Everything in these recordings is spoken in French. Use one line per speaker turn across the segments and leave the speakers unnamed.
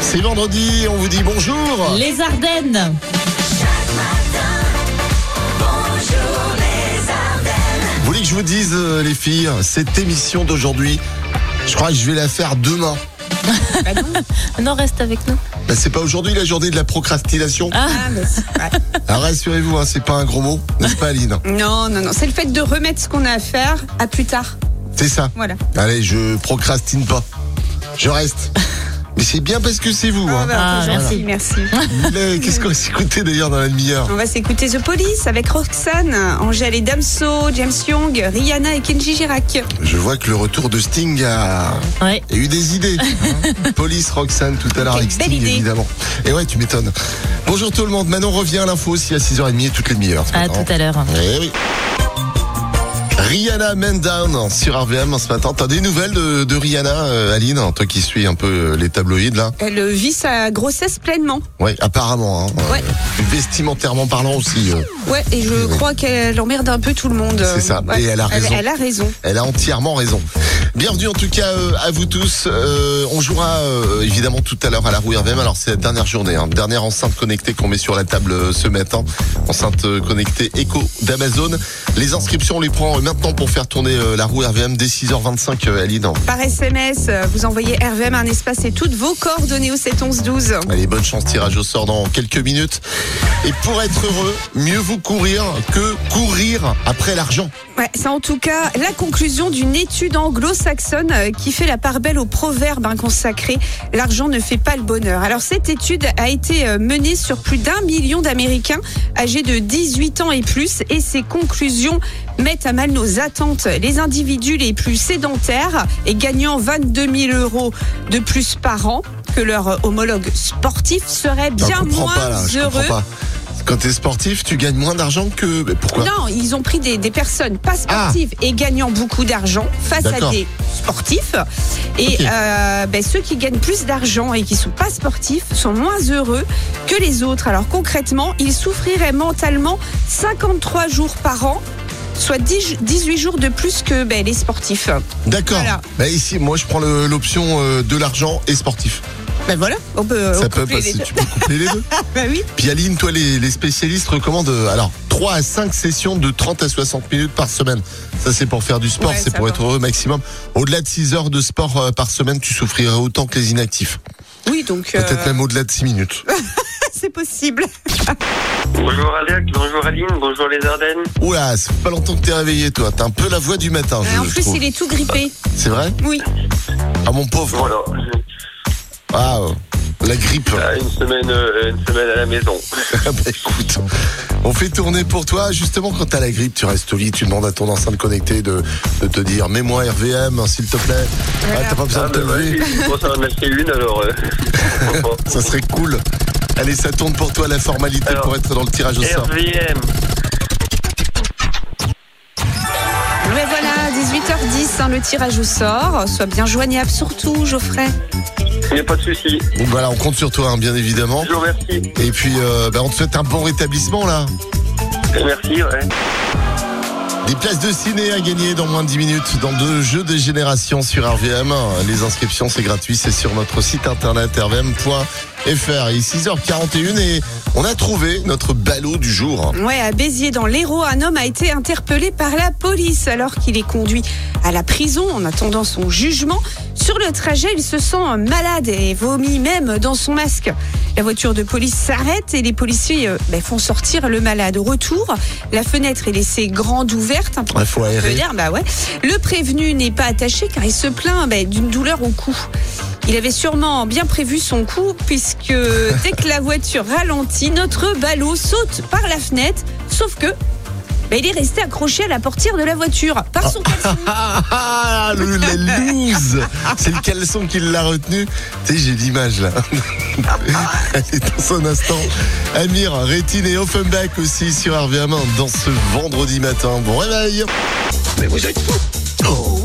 C'est vendredi, on vous dit bonjour.
Les Ardennes.
Vous voulez que je vous dise, euh, les filles, cette émission d'aujourd'hui, je crois que je vais la faire demain.
Non, reste avec nous.
Bah, c'est pas aujourd'hui la journée de la procrastination.
Ah, mais c'est- ouais.
Alors, rassurez-vous, hein, c'est pas un gros mot, n'est-ce pas, Aline
Non, non, non. C'est le fait de remettre ce qu'on a à faire à plus tard.
C'est ça.
Voilà.
Allez, je procrastine pas. Je reste. Mais c'est bien parce que c'est vous.
Ah,
Hein.
bah,
Ah,
merci, merci.
Mais Qu'est-ce qu'on va s'écouter d'ailleurs dans la demi-heure
On va s'écouter The Police avec Roxane, Angèle et Damso, James Young, Rihanna et Kenji Girac.
Je vois que le retour de Sting a,
Ouais.
a eu des idées. Hein. Police Roxane tout à l'heure avec
Quelle belle
Sting
idée.
évidemment. Et ouais, tu m'étonnes. Bonjour tout le monde. Manon revient à l'info aussi à 6h30 et toutes les demi-heures. ce
À
matin.
tout à l'heure.
Eh oui. Rihanna Man Down sur RVM ce matin. T'as des nouvelles de, de Rihanna, euh, Aline, toi qui suis un peu euh, les tabloïds là
Elle vit sa grossesse pleinement.
Ouais, apparemment. Hein,
Ouais.
vestimentairement parlant aussi. euh,
Ouais, et je crois qu'elle emmerde un peu tout le monde.
C'est ça.
Ouais.
Et elle a raison.
Elle, a raison.
Elle a entièrement raison. Bienvenue en tout cas euh, à vous tous. Euh, on jouera euh, évidemment tout à l'heure à la roue RVM. Alors c'est la dernière journée, hein. dernière enceinte connectée qu'on met sur la table euh, ce matin. Enceinte euh, connectée éco d'Amazon. Les inscriptions, on les prend euh, maintenant pour faire tourner euh, la roue RVM dès 6h25 euh, Aline.
Par SMS, euh, vous envoyez RVM un espace et toutes vos coordonnées au 7 11 12.
Allez, bonne chance, tirage au sort dans quelques minutes. Et pour être heureux, mieux vous courir que courir après l'argent.
Ouais, c'est en tout cas la conclusion d'une étude anglo-saxonne euh, qui fait la part belle au proverbe hein, consacré l'argent ne fait pas le bonheur. Alors cette étude a été euh, menée sur plus d'un million d'Américains âgés de 18 ans et plus et ses conclusions mettent à mal nos attentes. Les individus les plus sédentaires et gagnant 22 000 euros de plus par an que leurs homologues sportifs seraient
Non,
bien
je comprends
moins
pas, là, je
heureux.
comprends pas. Quand t'es sportif, tu gagnes moins d'argent que. Mais pourquoi
Non, ils ont pris des, des personnes pas sportives et gagnant beaucoup d'argent face à
Ah. D'accord.
des sportifs. Et
Ok.
euh, ben, ceux qui gagnent plus d'argent et qui sont pas sportifs sont moins heureux que les autres. Alors concrètement, ils souffriraient mentalement 53 jours par an, soit 10 18 jours de plus que ben, les sportifs.
D'accord.
Voilà.
Bah ici, moi, je prends le- l'option euh, de l'argent et sportif.
Ben voilà, on peut, euh,
Ça peut
coupler les
passer.
deux.
Tu peux coupler les deux.
Ben oui.
Puis Aline, toi, les, les spécialistes recommandent euh, alors 3 à 5 sessions de 30 à 60 minutes par semaine. Ça, c'est pour faire du sport,
Ouais,
c'est
ça
pour
va.
être heureux maximum. Au-delà de 6 heures de sport euh, par semaine, tu souffrirais autant que les inactifs.
Oui, donc euh,
Peut-être même au-delà de 6 minutes.
c'est possible.
Bonjour Alex, bonjour Aline, bonjour les Ardennes.
Oula, ça fait pas longtemps que t'es réveillé, toi. T'as un peu la voix du matin.
Et
Oh, je-
en
je
plus,
trouve.
il est tout grippé.
C'est vrai
Oui.
Ah, mon pauvre.
Voilà,
Ah, euh, la grippe.
Ah, une semaine, euh, une semaine à la maison.
Ah bah écoute, on fait tourner pour toi. Justement, quand t'as la grippe, tu restes au lit, tu demandes à ton enceinte connectée de, de te dire Mets-moi RVM, hein, s'il te plaît. Ah, t'as pas besoin
Ah,
de te
bah, ouais,
lever.
j'ai- j'ai pensé en acheter une alors. euh, bon.
Ça serait cool. Allez, ça tourne pour toi la formalité
Alors,
pour être dans le tirage au sort.
RVM.
Mais voilà, 18h10, hein, le tirage au sort. Sois bien joignable surtout, Geoffrey.
Il n'y a pas de souci.
Donc voilà, on compte sur toi, hein, bien évidemment.
Je vous remercie.
Et puis, euh, bah, on te souhaite un bon rétablissement, là.
Merci, ouais.
Des places de ciné à gagner dans moins de 10 minutes dans deux jeux des générations sur RVM. Les inscriptions, c'est gratuit, c'est sur notre site internet rvm.fr. Il est 6h41 et on a trouvé notre ballot du jour.
Ouais, à Béziers, dans l'Hérault, un homme a été interpellé par la police alors qu'il est conduit à la prison en attendant son jugement. Sur le trajet, il se sent malade et vomit même dans son masque. La voiture de police s'arrête et les policiers euh, ben, font sortir le malade. Au retour, la fenêtre est laissée grande ouverte. hein, pour
Il faut
Je veux
aérer.
dire, bah ouais. Le prévenu n'est pas attaché car il se plaint bah, d'une douleur au cou. Il avait sûrement bien prévu son coup puisque dès que la voiture ralentit, notre ballot saute par la fenêtre. Sauf que bah, il est resté accroché à la portière de la voiture par son caleçon.
Ah, ah, le, la loose C'est le caleçon qui l'a retenu. Tu sais, j'ai l'image là. Allez, dans son instant. Amir, Rétine et Offenbach aussi sur RVM dans ce vendredi matin. Bon réveil
Mais vous êtes fou
Oh,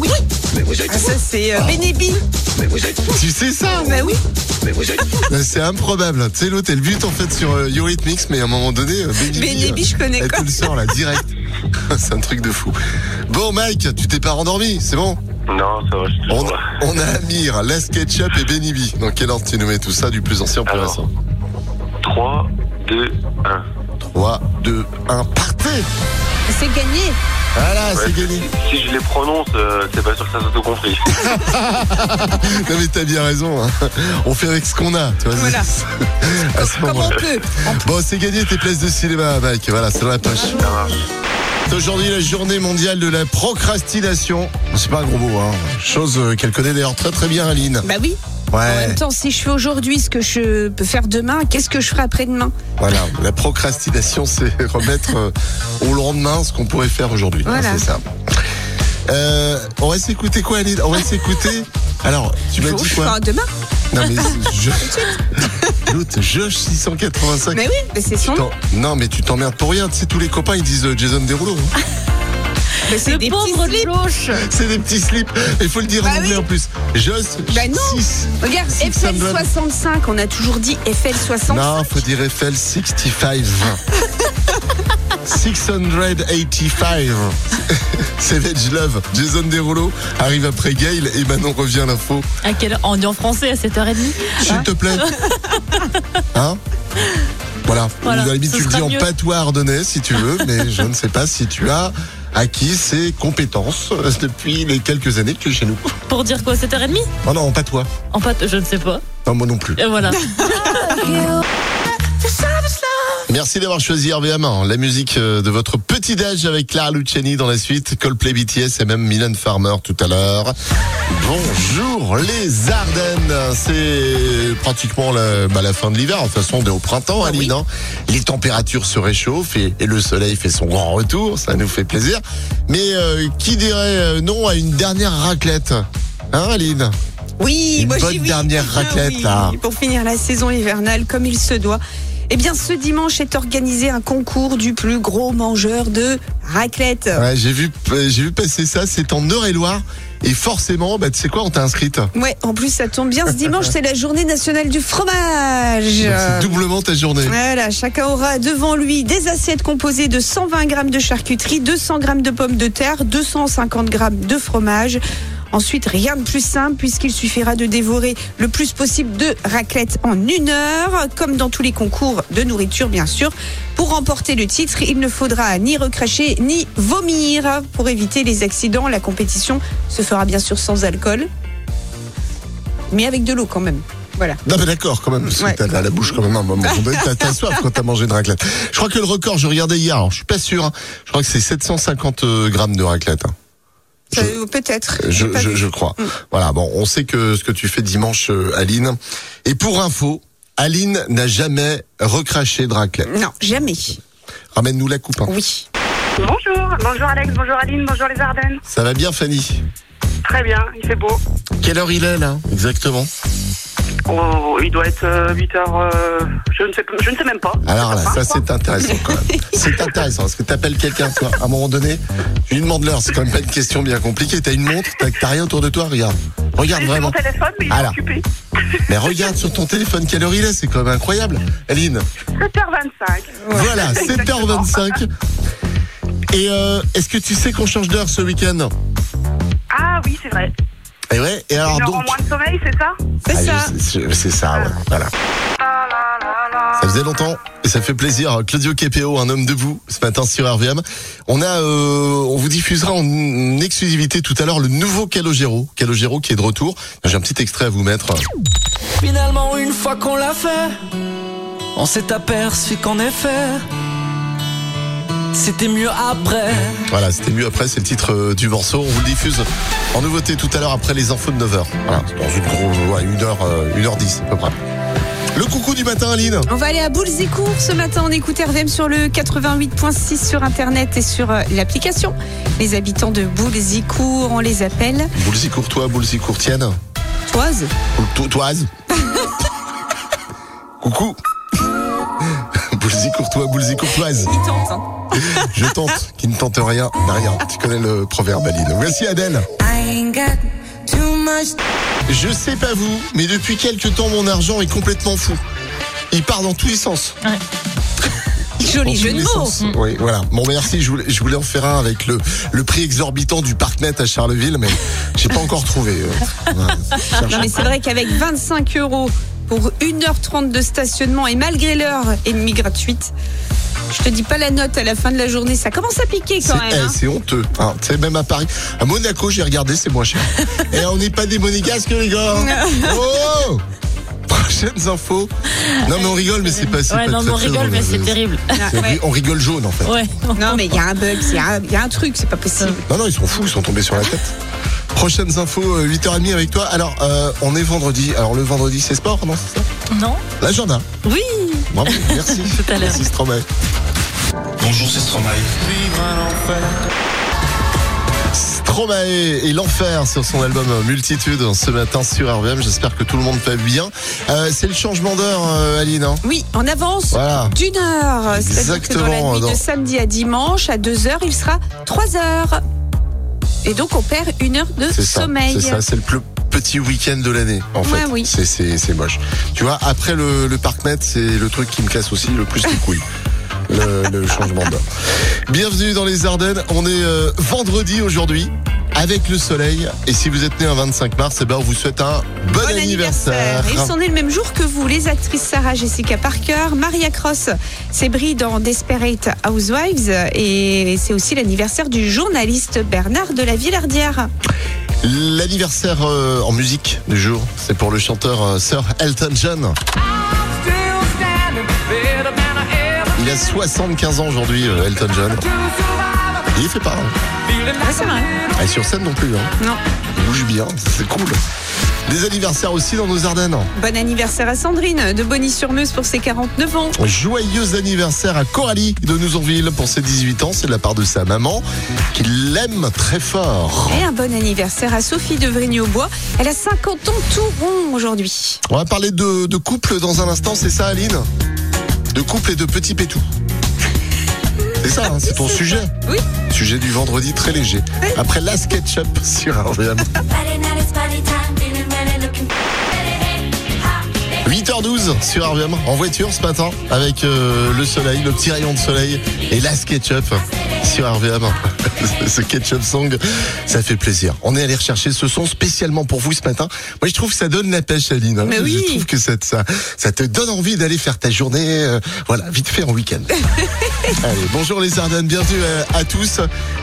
Ah, ça c'est euh, Benébé.
Mais vous êtes fou
Tu sais ça
Bah oui.
C'est improbable. hein. Tu sais, l'autre, elle bute en fait sur euh, Eurythmics, mais à un moment donné, euh, Baby
Mais
Bee, euh,
Nebi, je connais
elle
quoi.
te le sort là, direct. C'est un truc de fou. Bon, Mike, tu t'es pas rendormi, c'est bon
Non, ça va, je suis
on,
toujours là.
on a Amir, La Ketchup et Benny B. Dans quel ordre tu nous mets tout ça, du plus ancien pour
Alors.
l'instant
3, 2, 1.
3, 2, 1, partez
C'est gagné.
Voilà,
Ouais.
c'est gagné.
Si je les prononce, euh, c'est pas sûr que ça soit tout compris.
Non mais t'as bien raison. hein. On fait avec ce qu'on a, tu vois.
Voilà.
À ce
Comme
moment-là.
on peut.
Bon, c'est gagné tes places de cinéma, Mike. Voilà, c'est dans la poche.
Ça marche.
C'est aujourd'hui la journée mondiale de la procrastination. C'est pas un gros mot, hein. Chose euh, qu'elle connaît d'ailleurs très très bien, Aline.
Bah oui. En
Ouais,
même temps, si je fais aujourd'hui ce que je peux faire demain, qu'est-ce que je ferai après-demain
voilà. La procrastination, c'est remettre euh, au lendemain ce qu'on pourrait faire aujourd'hui.
Voilà.
C'est ça. Euh, on va s'écouter quoi, Aline On va s'écouter. Alors, tu m'as
Faut que
dit
je
Bah, quoi
ferai demain
Non, mais je- L'autre, Josh 685.
Mais Bah oui, mais c'est son nom.
T'en- Non, mais tu t'emmerdes pour rien. Tu sais, tous les copains, ils disent euh, Jason Derulo. hein.
Mais Bah, c'est
Le
des
pauvre
petits slips.
Josh.
C'est des petits slips. Il faut le dire en
Bah
anglais
oui.
en plus. Joss
Bah non.
6.
Regarde,
Six
FL
Sandman.
65, on a toujours dit FL 65.
Non, faut dire FL 65. 685. Savage Love. Jason Derulo arrive après Gail et Manon revient à l'info.
À quelle heure On dit en français à 7h30.
S'il te plaît. Hein Voilà.
Voilà,
Dans la limite,
ce
tu le
sera
dis en
mieux.
patois ardennais si tu veux, mais je ne sais pas si tu as acquis ces compétences euh, depuis les quelques années que tu es chez nous.
Pour dire quoi 7h30
Oh non, en patois.
En fait, je ne sais pas.
Non, moi non plus.
Et voilà.
Merci d'avoir choisi RVM, hein, la musique euh, de votre petit déj avec Clara Luciani dans la suite, Coldplay BTS et même Mylène Farmer tout à l'heure. Bonjour les Ardennes, c'est pratiquement la, bah, la fin de l'hiver, de toute façon on est au printemps, Aline. hein. Les températures se réchauffent et, et le soleil fait son grand retour, ça nous fait plaisir. Mais euh, qui dirait euh, non à une dernière raclette Hein Aline
Oui,
Une
moi
bonne
j'y vais.
dernière
Ah
raclette,
oui,
là.
Pour finir la saison hivernale comme il se doit. Eh bien, ce dimanche est organisé un concours du plus gros mangeur de raclette.
Ouais, j'ai vu, euh, j'ai vu passer ça. C'est en Eure-et-Loire. Et forcément, bah, tu sais quoi, on t'a inscrite.
Ouais, en plus ça tombe bien, ce dimanche c'est la journée nationale du fromage.
Donc, C'est doublement ta journée.
Voilà, chacun aura devant lui des assiettes composées de 120 grammes de charcuterie, 200 grammes de pommes de terre, 250 grammes de fromage. Ensuite, rien de plus simple puisqu'il suffira de dévorer le plus possible de raclette en une heure, comme dans tous les concours de nourriture bien sûr. Pour remporter le titre, il ne faudra ni recracher ni vomir. Pour éviter les accidents, la compétition se fera bien sûr sans alcool, mais avec de l'eau quand même. Voilà.
Non, mais d'accord, quand même. Parce que
Ouais.
T'as la- la bouche quand même. à un moment donné, T'as t'as soif quand t'as mangé une raclette. Je crois que le record, je regardais hier. Alors, je suis pas sûr. hein. Je crois que c'est 750 euh, grammes de raclette. hein. Je-
Ça, Euh, Peut-être.
Je,
J'ai pas
je-
vu. Mm.
je crois. Voilà, bon, on sait que ce que tu fais dimanche, euh, Aline. Et pour info, Aline n'a jamais recraché de raclette.
Non, jamais.
Ramène-nous la coupe. hein.
Oui.
Bonjour, bonjour Alex, bonjour Aline, bonjour les Ardennes.
Ça va bien, Fanny
Très bien, il fait beau.
Quelle heure il est, là Exactement.
Oh, il doit être 8h, euh, je, ne sais, je ne sais même pas.
Alors là,
Enfin,
ça c'est intéressant quand même. C'est intéressant parce que t'appelles quelqu'un, toi, à un moment donné, tu lui demandes l'heure. C'est quand même pas une question bien compliquée. T'as une montre, t'as t'as rien autour de toi, regarde. Regarde
j'ai mon
vraiment.
téléphone, mais il
Ah là.
est occupé.
Mais regarde sur ton téléphone quelle heure il est, c'est quand même incroyable. Aline,
7h25.
voilà, 7h25. Et euh, est-ce que tu sais qu'on change d'heure ce week-end
Ah oui, c'est vrai.
Et ouais, et alors
Une heure en
donc.
moins de sommeil, c'est ça
C'est
Ah,
ça.
je- je- C'est ça, ouais, voilà.
La, la, la, la.
Ça faisait longtemps et ça fait plaisir. Claudio Capéo, un homme debout, ce matin sur RVM. On a, euh, on vous diffusera en exclusivité tout à l'heure le nouveau Calogero, Calogero qui est de retour. J'ai un petit extrait à vous mettre.
Finalement, une fois qu'on l'a fait, on s'est aperçu qu'en effet, c'était mieux après.
Voilà, c'était mieux après, c'est le titre euh, du morceau. On vous le diffuse en nouveauté tout à l'heure après les infos de 9h. Voilà, dans une grosse, ouais, une heure, euh, une heure dix à peu près. Le coucou du matin, Aline.
On va aller à Boules et Cours ce matin. On écoute RVM sur le 88.6 sur Internet et sur euh, l'application. Les habitants de Boules et Cours, on les appelle
Boulzy Courtois, Boulzy Courtienne.
Toise.
Boul- Toise. coucou. Boulzy Courtois, Boulzy Courtoise.
Ils tentent. hein.
Je tente, qui ne tente rien, n'a rien. Tu connais le proverbe, Aline. Voici Adèle.
I ain't got too
Je sais pas vous, mais depuis quelques temps, mon argent est complètement fou. Il part dans tous les sens.
Ah,
Ouais.
Joli
Dans
jeu
tous
de
les
mots.
sens. Oui, voilà. Bon, merci. Je voulais, je voulais en faire un avec le, le prix exorbitant du Parknet à Charleville, mais j'ai pas encore trouvé. euh, voilà.
Non, mais c'est vrai qu'avec 25 euros pour 1h30 de stationnement et malgré l'heure et demie gratuite, je te dis pas la note à la fin de la journée, ça commence à piquer
C'est
quand même.
eh,
hein.
c'est honteux. hein. Tu sais, même à Paris. À Monaco, j'ai regardé, c'est moins cher. Et on n'est pas des monégasques, les gars. hein. Oh Prochaines infos. Non, mais on rigole, mais c'est pas c'est
Ouais,
pas
non,
très,
mais on
très
rigole,
drôle,
mais
hein.
c'est terrible.
C'est-
Ouais.
On rigole jaune, en fait.
Ouais.
Non mais il y a un bug, il y, a un- il y a un truc, c'est pas possible.
Non, non, ils sont fous, ils sont tombés sur la tête. Prochaines infos, euh, 8h30 avec toi. Alors, euh, on est vendredi. Alors, le vendredi, c'est sport, non c'est ça
Non
L'agenda.
Oui
Bravo, merci.
Tout à l'heure.
Merci, Stromae.
Bonjour, c'est Stromae.
Stromae et l'enfer sur son album euh, Multitude ce matin sur RVM. J'espère que tout le monde va bien. Euh, c'est le changement d'heure, euh, Aline. hein
Oui, on avance
Voilà.
d'une heure. C'est-à-dire que dans la
Exactement,
nuit
dans-
de samedi à dimanche, à 2 heures, il sera 3 heures. Et donc on perd une heure de
C'est ça.
sommeil.
C'est ça, c'est le plus petit week-end de l'année, en
Ouais,
fait.
oui.
C'est- C'est c'est moche. Tu vois, après le, le Parknet, c'est le truc qui me casse aussi le plus les couilles. Le, le changement d'heure. Bienvenue dans les Ardennes. On est euh, vendredi aujourd'hui avec le soleil. Et si vous êtes né un 25 mars, eh ben on vous souhaite un bon,
Bon anniversaire. Ils sont nés le même jour que vous, les actrices Sarah Jessica Parker, Maria Cross s'ébrie dans Desperate Housewives et c'est aussi l'anniversaire du journaliste Bernard de la Villardière.
L'anniversaire euh, en musique du jour, c'est pour le chanteur euh, Sir Elton John. Il a 75 ans aujourd'hui, euh, Elton John. Il y fait pas. hein.
Ah, c'est vrai.
Et sur scène non plus. Hein.
Non.
Il bouge bien, c'est cool. Des anniversaires aussi dans nos Ardennes.
Bon anniversaire à Sandrine de Bonny-sur-Meuse pour ses 49 ans.
Joyeux anniversaire à Coralie de Nouzonville pour ses 18 ans. C'est de la part de sa maman qui l'aime très fort.
Et un bon anniversaire à Sophie de Vrigny-au-Bois. Elle a 50 ans tout rond aujourd'hui.
On va parler de, de couple dans un instant, c'est ça Aline De couple et de petits pétous. C'est ça, hein, c'est ton sujet.
Oui.
Sujet du vendredi très léger. Après la SketchUp sur RVM. 8h12 sur RVM, en voiture ce matin, avec euh, le soleil, le petit rayon de soleil et la SketchUp sur RVM. ce SketchUp song, ça fait plaisir. On est allé rechercher ce son spécialement pour vous ce matin. Moi, je trouve que ça donne la pêche, Aline. hein.
Mais oui.
Je trouve que ça, te- ça, ça te donne envie d'aller faire ta journée, euh, voilà, vite fait en week-end. Allez, bonjour les Ardennes, bienvenue euh, à, tous.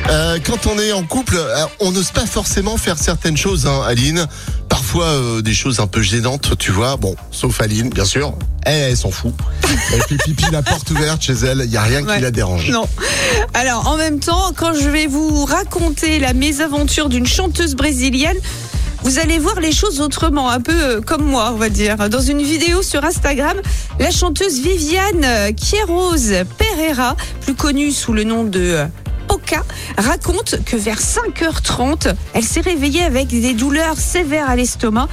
Euh, quand on est en couple, euh, on n'ose pas forcément faire certaines choses, hein, Aline. Parfois euh, des choses un peu gênantes, tu vois. Bon, sauf Aline, bien sûr. Elle, elle s'en fout. Elle fait pipi la porte ouverte chez elle, il y a rien
Ouais.
qui la dérange.
Non. Alors, en même temps, quand je vais vous raconter la mésaventure d'une chanteuse brésilienne, vous allez voir les choses autrement, un peu euh, comme moi, on va dire. Dans une vidéo sur Instagram, la chanteuse Viviane euh, Queiroz Pereira, plus connue sous le nom de euh, Oka, raconte que vers 5h30, elle s'est réveillée avec des douleurs sévères à l'estomac.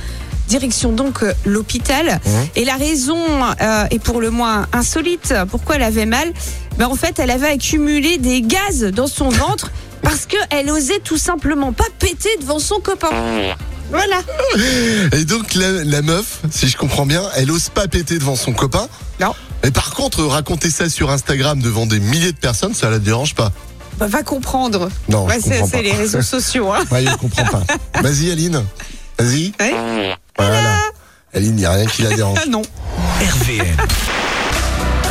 Direction donc euh, l'hôpital. Et la raison euh, est pour le moins insolite. Pourquoi elle avait mal ben, En fait, elle avait accumulé des gaz dans son ventre parce qu'elle osait tout simplement pas péter devant son copain. Voilà.
Et donc la, la meuf, si je comprends bien, elle ose pas péter devant son copain.
Non.
Mais par contre, raconter ça sur Instagram devant des milliers de personnes, ça la dérange pas.
Bah, va comprendre.
Non,
Bah,
je
c'est
comprends
c'est
pas.
les réseaux sociaux. hein.
Ouais, je comprends pas. Vas-y Aline, vas-y.
Ouais.
Voilà. Aline, il n'y a rien qui la dérange.
Ah non.
RVM.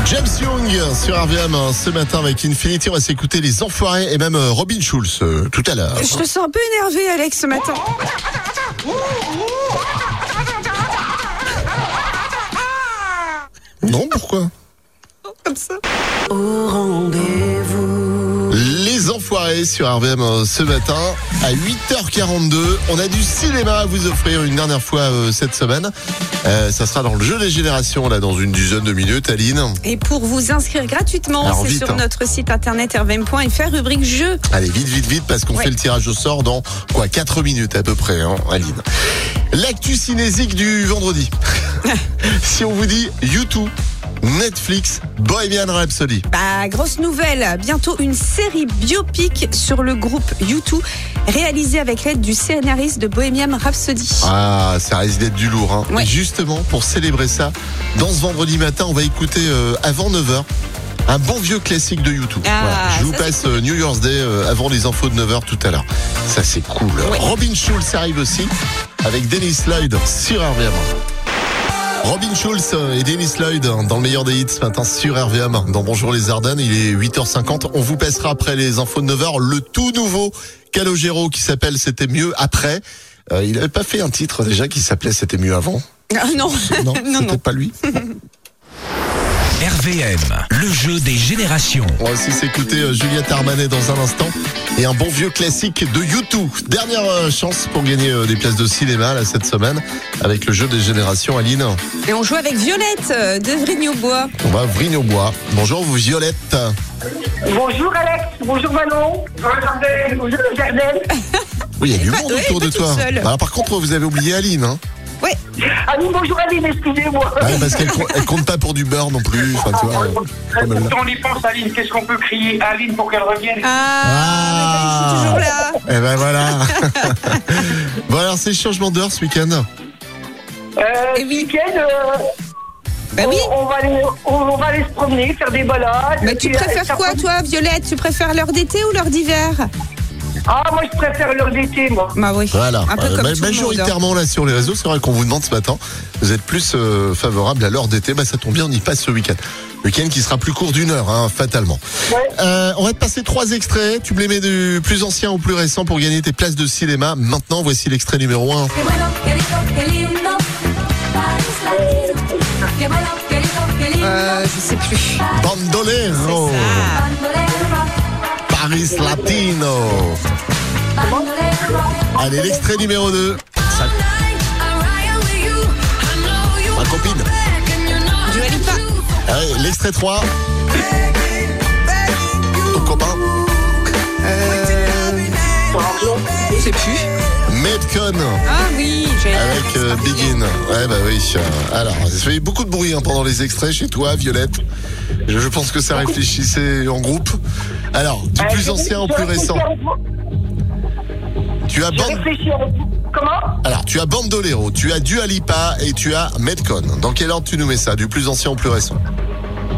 James Young sur RVM hein, ce matin avec Infinity. On va s'écouter les enfoirés et même euh, Robin Schulz euh, tout à l'heure.
Je te sens un peu énervé, Alex, ce matin. hein,
Non, pourquoi
Comme ça.
Les enfoirés sur RVM euh, ce matin à 8h42. On a du cinéma à vous offrir une dernière fois euh, cette semaine. Euh, ça sera dans le jeu des générations, là, dans une dizaine de minutes, Aline.
Et pour vous inscrire gratuitement,
Alors,
c'est
vite,
sur
hein.
notre site internet rvm.fr, rubrique jeu.
Allez, vite, vite, vite, parce qu'on
Ouais.
fait le tirage au sort dans quoi 4 minutes à peu près, hein, Aline. L'actu cinésique du vendredi. si on vous dit YouTube, Netflix, Bohemian Rhapsody.
Bah, grosse nouvelle, bientôt une série biopic sur le groupe U2, réalisée avec l'aide du scénariste de Bohemian Rhapsody.
Ah, ça risque d'être du lourd. Hein.
Ouais.
Et Justement, pour célébrer ça, dans ce vendredi matin, on va écouter euh, avant 9h un bon vieux classique de YouTube.
Ah,
Je vous
ça, c'est
passe euh, New Year's Day euh, avant les infos de 9h tout à l'heure. Ça, c'est cool. Robin Schulz arrive aussi avec Dennis Lloyd sur RVM. Robin Schulz et Dennis Lloyd hein, dans le meilleur des hits ce matin sur RVM. Dans Bonjour les Ardennes, il est 8h50. On vous passera après les infos de 9h le tout nouveau Calogero qui s'appelle C'était mieux après. Euh, il n'avait pas fait un titre déjà qui s'appelait C'était mieux avant.
Ah, non,
Non,
non,
c'était
non.
pas lui.
RVM, le jeu des générations.
On va aussi s'écouter euh, Juliette Armanet dans un instant et un bon vieux classique de YouTube. Dernière euh, chance pour gagner euh, des places de cinéma là cette semaine avec le jeu des générations. Aline,
Et on joue avec Violette euh, de Vrignaubois.
on va vrigne au bois. Bonjour vous Violette.
Bonjour Alex, bonjour Manon, bonjour Jardel, bonjour le Jardel.
Oui, il y a du
pas-
monde
ouais,
autour
pas
de
toute
toi.
seule.
Alors, par contre, vous avez oublié Aline, hein
Ah oui, bonjour Aline, excusez-moi.
Ouais, parce qu'elle co- elle compte pas pour du beurre non plus. Enfin, tu vois, euh,
Ah,
quand même là.
Quand on y pense, Aline, qu'est-ce qu'on peut crier à Aline pour qu'elle revienne
Ah, mais comme ils sont toujours là.
Eh ben voilà. bon alors c'est changement d'heure ce week-end.
euh,
Eh oui.
week-end, euh,
Bah oui.
on, on va aller, on, on va aller se promener, faire des balades.
Mais tu
Et puis,
préfères
euh,
quoi, toi, Violette Tu préfères l'heure d'été ou l'heure d'hiver
Ah, moi je préfère l'heure d'été, moi.
Bah oui.
Voilà.
Un peu
Euh, ma-
comme tout le monde. hein.
majoritairement là sur les réseaux, c'est vrai qu'on vous demande ce matin. Vous êtes plus euh, favorable à l'heure d'été, bah ça tombe bien, on y passe ce week-end. Week-end qui sera plus court d'une heure, hein, fatalement.
Ouais.
Euh, on va te passer trois extraits. Tu me les mets du plus ancien au plus récent pour gagner tes places de cinéma. Maintenant, voici l'extrait numéro un.
Euh, je sais plus.
Bandolero. Paris Latino. Allez, l'extrait numéro 2. Ma copine.
Je valide pas.
Allez, l'extrait 3. Ton copain.
Euh, je sais plus.
Medcon.
Ah oui, j'ai.
Avec euh, Begin. Ouais, bah oui. euh, Alors, ça fait beaucoup de bruit hein, pendant les extraits chez toi, Violette. Je, je pense que ça réfléchissait en groupe. Alors, du
Euh,
plus
je-
ancien au
je
plus
réfléchis
récent.
avec vous-
Tu as
Je
Band-
réfléchis avec vous. Comment
Alors, tu as Bandolero, tu as Dualipa et tu as Medcon. Dans quel ordre tu nous mets ça Du plus ancien au plus récent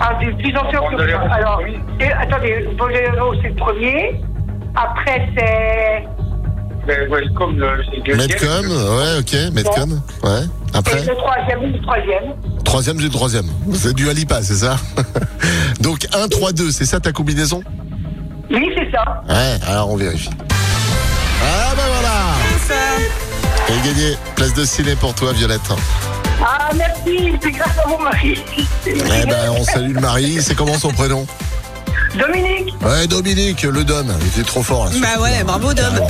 Ah, des plus anciens.
Bolero.
Alors, et- attendez, Boléro, c'est le premier. Après, c'est.
Mais Ben, ouais, comme euh, le, c'est le
Medcon,
deuxième.
ouais, ok, Medcon, ouais.
Et
Après
le troisième, le troisième.
Troisième, j'ai troisième. C'est du Alipa, c'est ça Donc 1, 3, 2, c'est ça ta combinaison
Oui, c'est ça.
Ouais, alors on vérifie. Ah bah voilà Et gagné, place de ciné pour toi Violette.
Ah, merci, c'est grâce à mon mari.
Eh ben on salue le mari, c'est comment son prénom
Dominique,
Ouais Dominique, le Dom, il était trop fort là. ce
Bah ouais, bravo, Dom.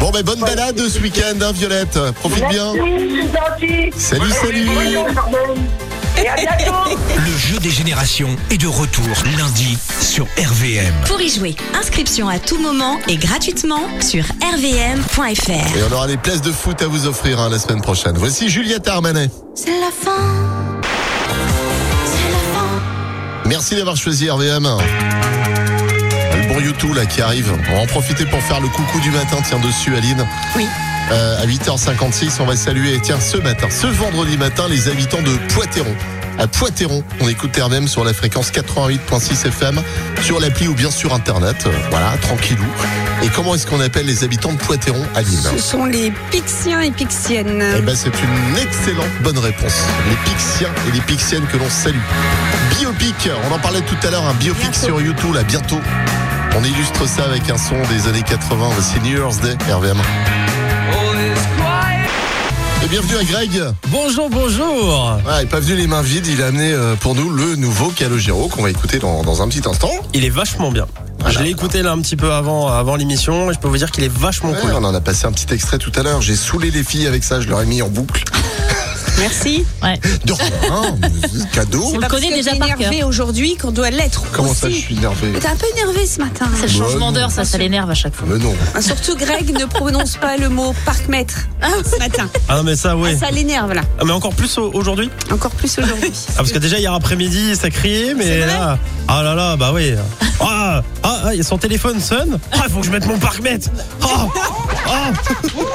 Bon ben bonne balade ce week-end hein, Violette, profite bien.
merci, c'est gentil.
Salut, salut.
Bonjour, Jordan. Et à bientôt.
Le jeu des générations est de retour lundi sur RVM.
Pour y jouer, inscription à tout moment et gratuitement sur rvm.fr.
Et on aura des places de foot à vous offrir hein, la semaine prochaine. Voici Juliette Armanet.
C'est la fin. C'est la fin.
Merci d'avoir choisi RVM. Le bon YouTube là qui arrive. On va en profiter pour faire le coucou du matin. Tiens dessus Aline.
Oui.
Euh, à 8h56, on va saluer. Tiens, ce matin, ce vendredi matin, les habitants de Poitéron. À Poitéron, on écoute RVM sur la fréquence 88.6 FM, sur l'appli ou bien sur internet. Euh, Voilà, tranquillou. Et comment est-ce qu'on appelle les habitants de Poitéron, Aline
Ce sont les Pixiens et
eh
Pixiennes.
ben, c'est une excellente bonne réponse. Les Pixiens et les Pixiennes que l'on salue. Biopic, on en parlait tout à l'heure, un biopic sur YouTube, là, bientôt. On illustre ça avec un son des années 80. Voici New Year's Day, RVM. Et bienvenue à Greg.
Bonjour, bonjour
Voilà, il est pas venu les mains vides. Il a amené euh, pour nous le nouveau Calogero qu'on va écouter dans, dans un petit instant.
Il est vachement bien.
Voilà.
Je l'ai écouté là un petit peu avant, avant l'émission et je peux vous dire qu'il est vachement
Ouais,
cool.
on en a passé un petit extrait tout à l'heure. J'ai saoulé les filles avec ça. Je leur ai mis en boucle.
Merci.
De rien, mais cadeau.
On le
Pas parce
connaît
que
déjà
t'es
par cœur.
énervé aujourd'hui qu'on doit l'être.
Comment ça, je
aussi.
suis énervé
T'es un peu énervé ce matin. Ah,
C'est le
Bah
changement
non.
d'heure, ça, ça l'énerve à chaque fois.
Mais non.
Surtout Greg ne prononce pas le mot parc-mètre ce matin.
Ah non, mais ça, oui.
Ça l'énerve là,
Ah, mais encore plus au- aujourd'hui
encore plus aujourd'hui.
Ah, parce que déjà, hier après-midi, ça criait, mais là. Ah là là, bah oui. Ah, ah, ah, et son téléphone sonne. Ah, faut que je mette mon parc-mètre. Oh, oh.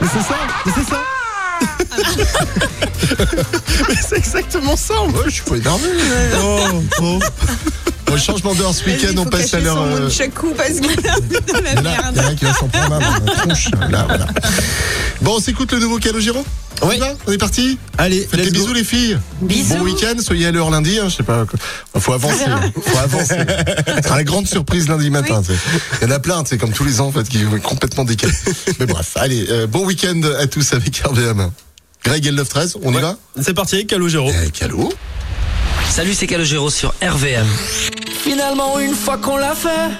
Mais c'est ça, mais c'est ça.
Mais c'est exactement ça. Moi, je suis pas énervé. euh,
Oh, oh.
Bon, changement d'heure ce
Vas-y,
week-end, on
faut
passe à
cacher
l'heure.
son mot de
euh,
chaque coup parce que là, on est dans la
Là,
merde.
il y en a qui va s'en prendre un dans la tronche. Là, voilà. Bon, on s'écoute le nouveau Calogero On y
Oui.
va On est parti
Allez,
Faites des
let's go.
bisous les filles. Bon week-end, soyez à l'heure lundi. hein, je sais pas. quoi. Faut avancer. Faut avancer. Ce sera la grande surprise lundi matin. tu sais. Il y en a plein, c'est comme tous les ans en fait, qui vont complètement décalés. Mais bref, allez, euh, bon week-end à tous avec RVM. Greg et le 9-13, on y va
C'est parti, Calogero.
Eh, Calo
Salut, c'est Calogero sur RVM. Finalement, une fois qu'on l'a fait.